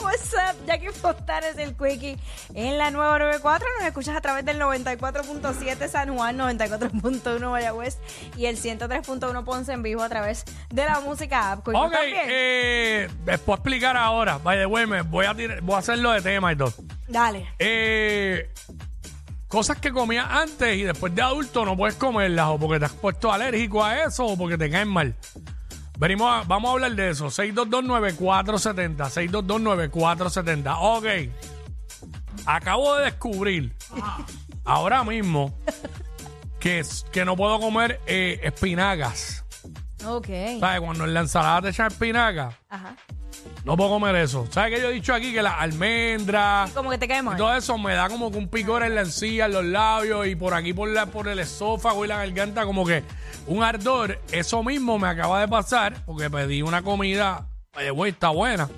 What's up, Jackie Fontanes del Quickie en la 994. Nos escuchas a través del 94.7 San Juan, 94.1 Mayagüez y el 103.1 Ponce en vivo a través de la música app. Quickie, Ok, también. eh, les puedo explicar ahora. By the way, me voy a, tirar- voy a hacerlo de tema y todo. Dale. Eh, cosas que comías antes y después de adulto no puedes comerlas o porque te has puesto alérgico a eso o porque te caen mal. Venimos a- vamos a hablar de eso. 6229470. 6229470. Ok. Acabo de descubrir ahora mismo que, es- que no puedo comer eh, espinacas. Ok. ¿Sabes? Cuando en la ensalada te echan espinacas. Ajá. No puedo comer eso. ¿Sabes que yo he dicho aquí? Que las almendras Como que te cae y mal. todo eso me da como que un picor en la encía, en los labios y por aquí por, la, por el esófago y la garganta, como que un ardor. Eso mismo me acaba de pasar porque pedí una comida, eh, güey, está buena,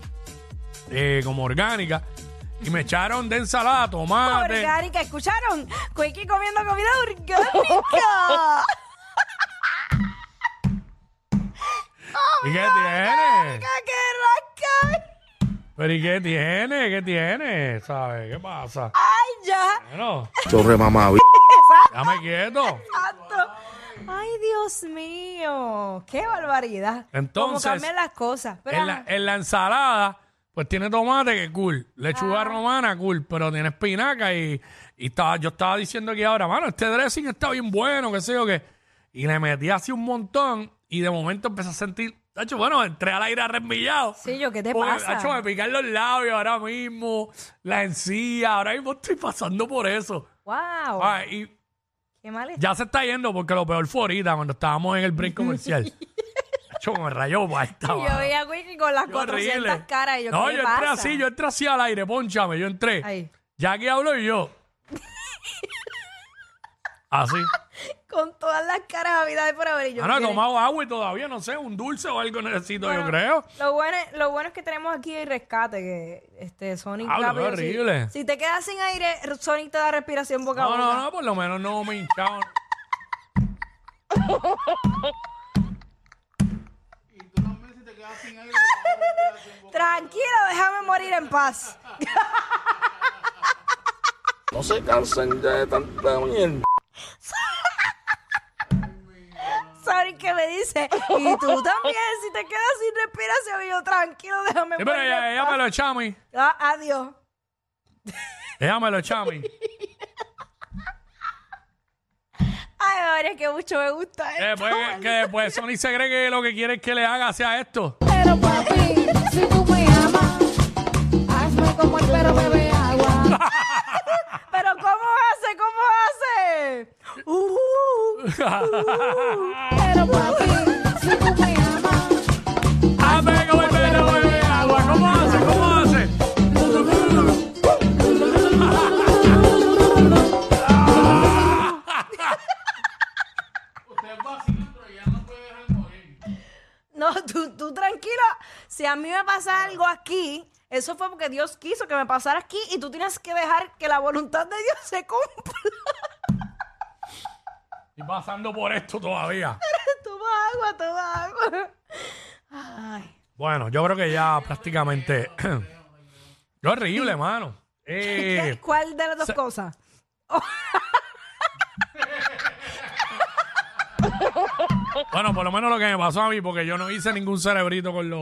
eh, como orgánica. Y me echaron de ensalada, tomate. Orgánica, ¿escucharon? Quickie comiendo comida orgánica. ¿Y qué tiene? ¡Qué rasca! ¿Pero y qué tiene? ¿Qué tiene? ¿Sabes? ¿Qué pasa? ¡Ay, ya! Bueno, Torre mamá, déjame quieto. Exacto. Ay, Dios mío. Qué barbaridad. Como Entonces, cambian las cosas. Pero, En la, en la ensalada, pues tiene tomate, que cool. Ah. Lechuga romana, cool. Pero tiene espinaca y, y estaba, yo estaba diciendo aquí ahora, mano, este dressing está bien bueno, qué sé yo qué. Y le metí así un montón y de momento empecé a sentir, de hecho, bueno, entré al aire arremillado. sí, yo, ¿qué te Porque, pasa? tacho, me pican los labios ahora mismo, la encía, ahora mismo estoy pasando por eso. Wow. Ay, y Qué mal está. ya se está yendo porque lo peor fue ahorita cuando estábamos en el break comercial. Tacho, me rayó, pues, basta, Y Yo mano. veía a Wiki con las Qué 400 horrible. caras. Y yo, no, ¿qué yo pasa? entré así, yo entré así al aire, ponchame, yo entré. Ahí. Ya que hablo yo. Así. Ah, Con todas las caras habidas y por haber. Y yo, Ahora he ¿qué tomado agua y todavía no sé, un dulce o algo necesito, Bueno, yo creo. Lo bueno, es, lo bueno es que tenemos aquí el rescate, que este Sonic Hablo, rápido, qué Ah, horrible. Si, si te quedas sin aire, Sonic te da respiración boca a No, boca. no, no, por lo menos no me hincharon. Eh, Tranquilo, déjame morir en paz. No se cansan ya de tanta mierda. Sonic que me dice, y tú también, si te quedas sin respiración, y yo, tranquilo, déjame Sí, pero morir ella, en ella paz. me lo echa a mí. Ah, adiós. Ella me lo echa a mí. Ay, ahora que mucho me gusta Que esto. después, que, Eh, pues, que después Sony se cree que lo que quiere es que le haga sea esto. Pero papi, si tú me amas, hazme Pues como el perro bebe agua. Pero ¿cómo hace? ¿Cómo hace? Uh, Pero papi, si tú me amas, Hazme como el perro bebe agua. ¿Cómo hace? ¿Cómo hace? no, tú, tú tranquila. Si a mí me pasa algo aquí, eso fue porque Dios quiso que me pasara aquí y tú tienes que dejar que la voluntad de Dios se cumpla. Y pasando por esto todavía. Toma agua, toma agua. Ay, Bueno, yo creo que ya prácticamente. Qué horrible, mano. Eh, ¿qué- ¿Cuál de las dos cosas? bueno, por lo menos lo que me pasó a mí, porque yo no hice ningún cerebrito con lo.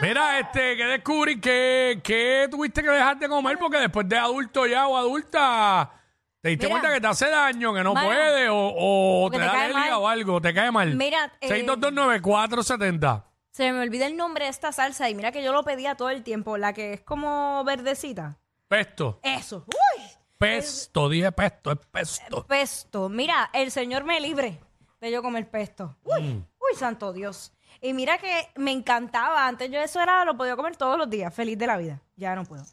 Mira, este, que descubrí que, que tuviste que dejar de comer porque después de adulto ya o adulta te diste Mira. cuenta que te hace daño, que no Mano. puedes, o, o Porque te te da cae alergia mal. o algo, te cae mal. Mira, eh, 6229470. Se me olvida el nombre de esta salsa y mira que yo lo pedía todo el tiempo, la que es como verdecita. Pesto, Eso. Uy. pesto, dije pesto, es pesto. Pesto. Mira, el Señor me libre de yo comer pesto. Uy, Mm. uy, santo Dios. Y mira que me encantaba. Antes yo eso era, lo podía comer todos los días, feliz de la vida. Ya no puedo.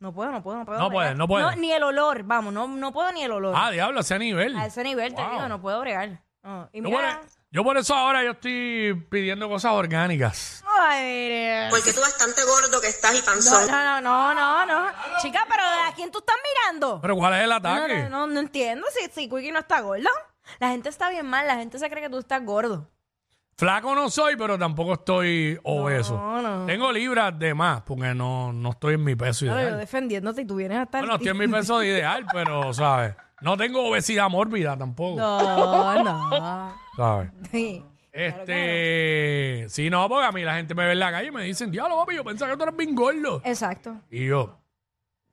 No puedo, no puedo, no puedo. No bregar. puedes, no puedes. ni el olor, vamos, no, no puedo ni el olor. Ah, diablo, ese nivel. a ese nivel te Wow. digo, no puedo bregar. No. Y Yo por, e, mira, yo por eso ahora yo estoy pidiendo cosas orgánicas. ay, mire. Pues Porque tú bastante gordo que estás y No, panzón. no, no, no, no. Chica, pero ¿a quién tú estás mirando? Pero ¿cuál es el No, ataque? no, no, no entiendo si, si Quickie no está gordo. La gente está bien mal, la gente se cree que tú estás gordo. Flaco no soy, pero tampoco estoy obeso. No, no. Tengo libras de más, porque no, no estoy en mi peso Claro, ideal. yo defendiéndote y tú vienes a estar. Bueno, estoy en mi peso de ideal, pero, ¿sabes? No tengo obesidad mórbida tampoco, No, no. ¿sabes? Sí. Este, sí, no, porque a mí la gente me ve en la calle y me dicen, diablo, papi, yo pensaba que tú eras bien gordo. Exacto. Y yo,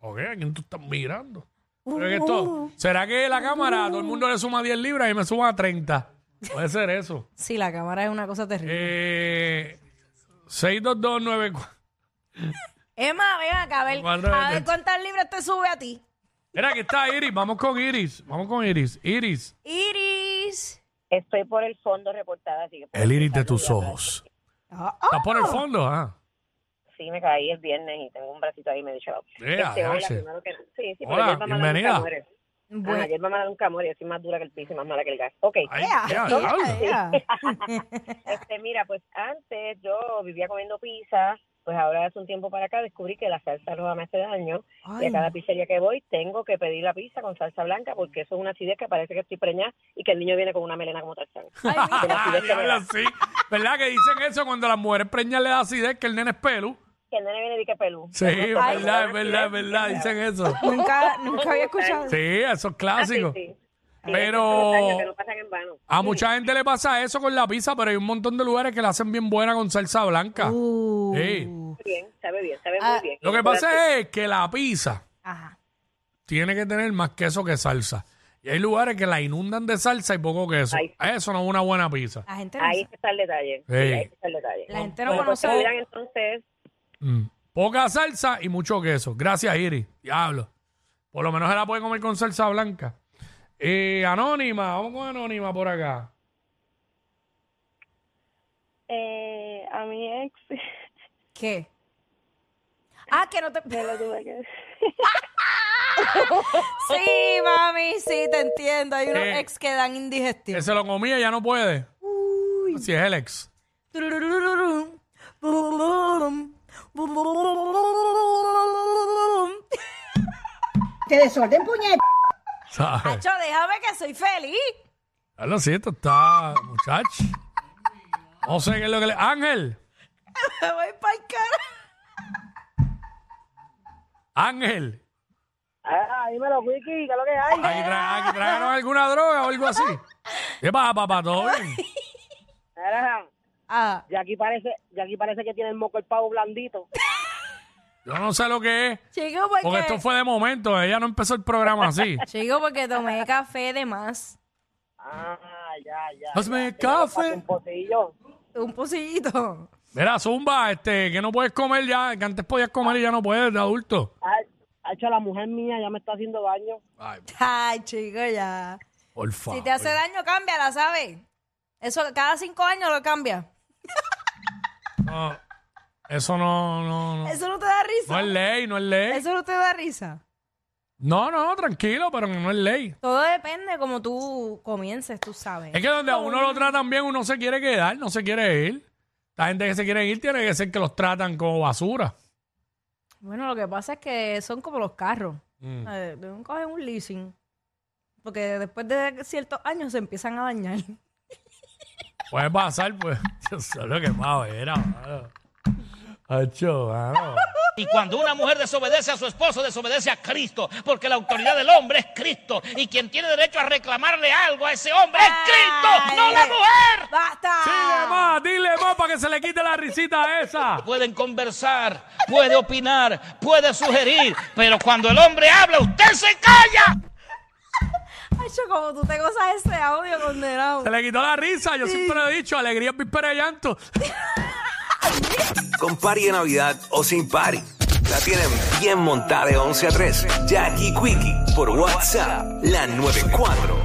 ok, ¿a quién tú estás mirando? Pero es que Uh. esto- ¿será que la cámara a todo el mundo le suma 10 libras y me suma 30? Puede ser eso. Sí, la cámara es una cosa terrible. Eh, 62294. Eh, Emma, ven acá, a ver, Cuatro a ver veces. cuántas libras te sube a ti. Mira, aquí está Iris. Vamos con Iris. Vamos con Iris. Iris. Iris. Estoy por el fondo reportada, así que... El Iris de tus ojos. Ah, ah. Está por el fondo, ah. Sí, me caí el viernes y tengo un bracito ahí medio chavo. Eh, hola, agache. primero que... Sí, sí, Hola, pero ayer mamá bienvenida. nunca muere. Bueno. Ah, ayer mamá nunca muere, soy más dura que el piso y más mala que el gas. Ok, Ea, Ay, Eh, ya, ea, diablo. ea. este, mira, pues antes yo vivía comiendo pizza, pues ahora hace un tiempo para acá descubrí que la salsa roja me hace este daño y Ay, a cada pizzería que voy tengo que pedir la pizza con salsa blanca porque eso es una acidez que parece que estoy preñada y que el niño viene con una melena como Tarzán. De la acidez que me da. Diablo, sí. ¿Verdad que dicen eso cuando las mujeres preñas le da acidez que el nene es pelu? Que el nene viene y que pelú. Sí, es verdad, es verdad, es verdad. Dicen eso. nunca, nunca había escuchado. Sí, eso es clásico. Ah, Sí, sí. Sí, Pero- Ah. esos son los daños que no pasan en vano. A mucha gente le pasa eso con la pizza, pero hay un montón de lugares que la hacen bien buena con salsa blanca. Uh, Sí. bien, sabe bien, sabe Ah. muy bien. Lo que pasa es que la pizza Ajá. tiene que tener más queso que salsa. Y hay lugares que la inundan de salsa y poco queso. Ay. Eso no es una buena pizza. La gente no Ahí sabe. es que está el detalle. Sí. Sí, ahí es que está el detalle. La gente no Bueno, pues, conoce. tuvieran entonces, Mm. Poca salsa y mucho queso. Gracias, Iris. Diablo. Por lo menos se la puede comer con salsa blanca. Eh, anónima, vamos con Anónima por acá. Eh, a mi ex ¿Qué? Ah, que no te. me lo tuve que Sí, mami, sí, te entiendo. Hay unos Eh. ex que dan Que indigestión. se lo comía y ya no puede. Si es el ex. Turururururum, burururum, bururururum. ¿Sabes? Acho, déjame que soy feliz. Diablo, sí, esto está, muchacho. No sé qué es lo que le. Ángel, Me voy para el cara. Ángel. ah, dímelo, Wiki, ¿qué es lo que hay? Aquí, tra- aquí trajeron alguna droga o algo así. ¿Qué pasa, papá? ¿Todo bien? Mira, Ah, ya aquí parece, ya aquí parece que tiene el moco el pavo blandito. Yo no sé lo que es. chico, Porque esto porque. fue de momento. Ella no empezó el programa así. Chico, porque tomé café de más. Ah, ya, ya. Hazme ya. café. Un pocillo. Un pocillito. Mira, Zumba, este, que no puedes comer ya, que antes podías comer y ya no puedes, de adulto. Ay, Ha hecho la mujer mía, ya me está haciendo daño. Ay, Ay, chico, ya. por favor. Si te hace daño, cámbiala, ¿sabes? Eso cada cinco años lo cambia. No, eso no, no, no. Eso no te da No risa. es ley, no es ley. Eso no te da risa. No, no, tranquilo, pero no es ley. Todo depende como tú comiences, tú sabes. Es que donde a uno lo tratan bien, uno se quiere quedar, no se quiere ir. La gente que se quiere ir tiene que ser que los tratan como basura. Bueno, lo que pasa es que son como los carros. Mm. A ver, tú coges un leasing. Porque después de ciertos años se empiezan a dañar. Puede pasar, pues. Eso es lo que más era, mano. Acho, mano. Y cuando una mujer desobedece a su esposo, desobedece a Cristo, porque la autoridad del hombre es Cristo. Y quien tiene derecho a reclamarle algo a ese hombre es Cristo, no la Ay. mujer. ¡Basta! Dile más, dile más para que se le quite la risita esa. Pueden conversar, puede opinar, puede sugerir, pero cuando el hombre habla, usted se calla. Ay, yo, como tú te gozas ese audio condenado. Se le quitó la risa, yo siempre lo he dicho, alegría es víspera de llanto. Con party de Navidad o sin party. La tienen bien montada de 11 a 3. Jackie Quickie por WhatsApp. La 94.